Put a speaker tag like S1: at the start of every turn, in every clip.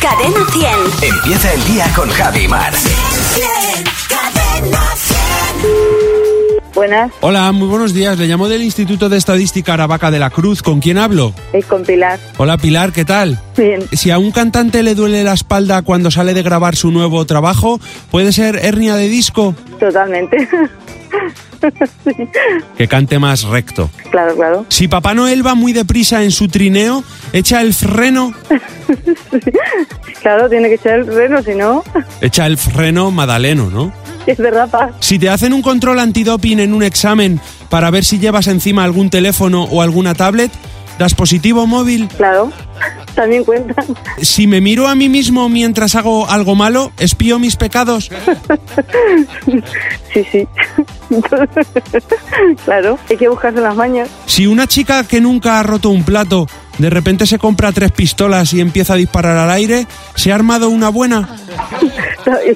S1: Cadena 100.
S2: Empieza el día con Javi Mar.
S1: Cadena 100.
S3: Buenas,
S4: Hola, muy buenos días. Le llamo del Instituto de Estadística Aravaca de la Cruz. ¿Con quién hablo?
S3: es con Pilar.
S4: Hola Pilar, ¿qué tal?
S3: Bien.
S4: Si a un cantante le duele la espalda cuando sale de grabar su nuevo trabajo, ¿puede ser hernia de disco?
S3: Totalmente. Sí.
S4: Que cante más recto.
S3: Claro, claro.
S4: Si Papá Noel va muy deprisa en su trineo, echa el freno.
S3: Claro, tiene que ser el reno, si no,
S4: Echa el freno madaleno, ¿no?
S3: es de rapa.
S4: Si te hacen un control antidoping en un examen para ver si llevas encima algún teléfono o alguna tablet, das positivo móvil.
S3: Claro, también cuenta.
S4: Si me miro a mí mismo mientras hago algo malo, espío mis pecados.
S3: Sí, sí. Claro, hay que buscarse las mañas.
S4: Si una chica que nunca ha roto un plato de repente se compra tres pistolas y empieza a disparar al aire, se ha armado una buena.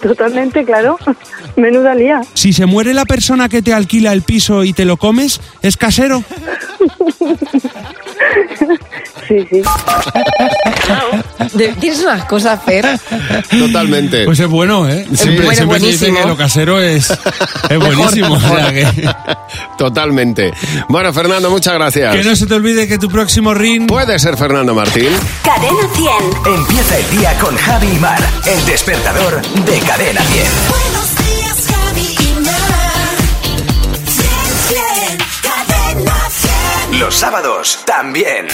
S3: Totalmente, claro. Menuda lía.
S4: Si se muere la persona que te alquila el piso y te lo comes, es casero.
S3: Sí, sí.
S5: De- Tienes unas cosas, Fer.
S6: Totalmente.
S4: es bueno, ¿eh?
S5: Bueno, buenísimo.
S4: casero es, es buenísimo. o sea que,
S6: Totalmente. Bueno, Fernando, muchas gracias.
S4: que no se te olvide que tu próximo ring...
S5: Pues
S6: Puede ser Fernando Martín.
S1: Cadena 100.
S2: Empieza el día con Javi Mar. El despertador de Cadena 10.
S1: Buenos días, Javi y Mar. Cadena 100.
S2: Los sábados también.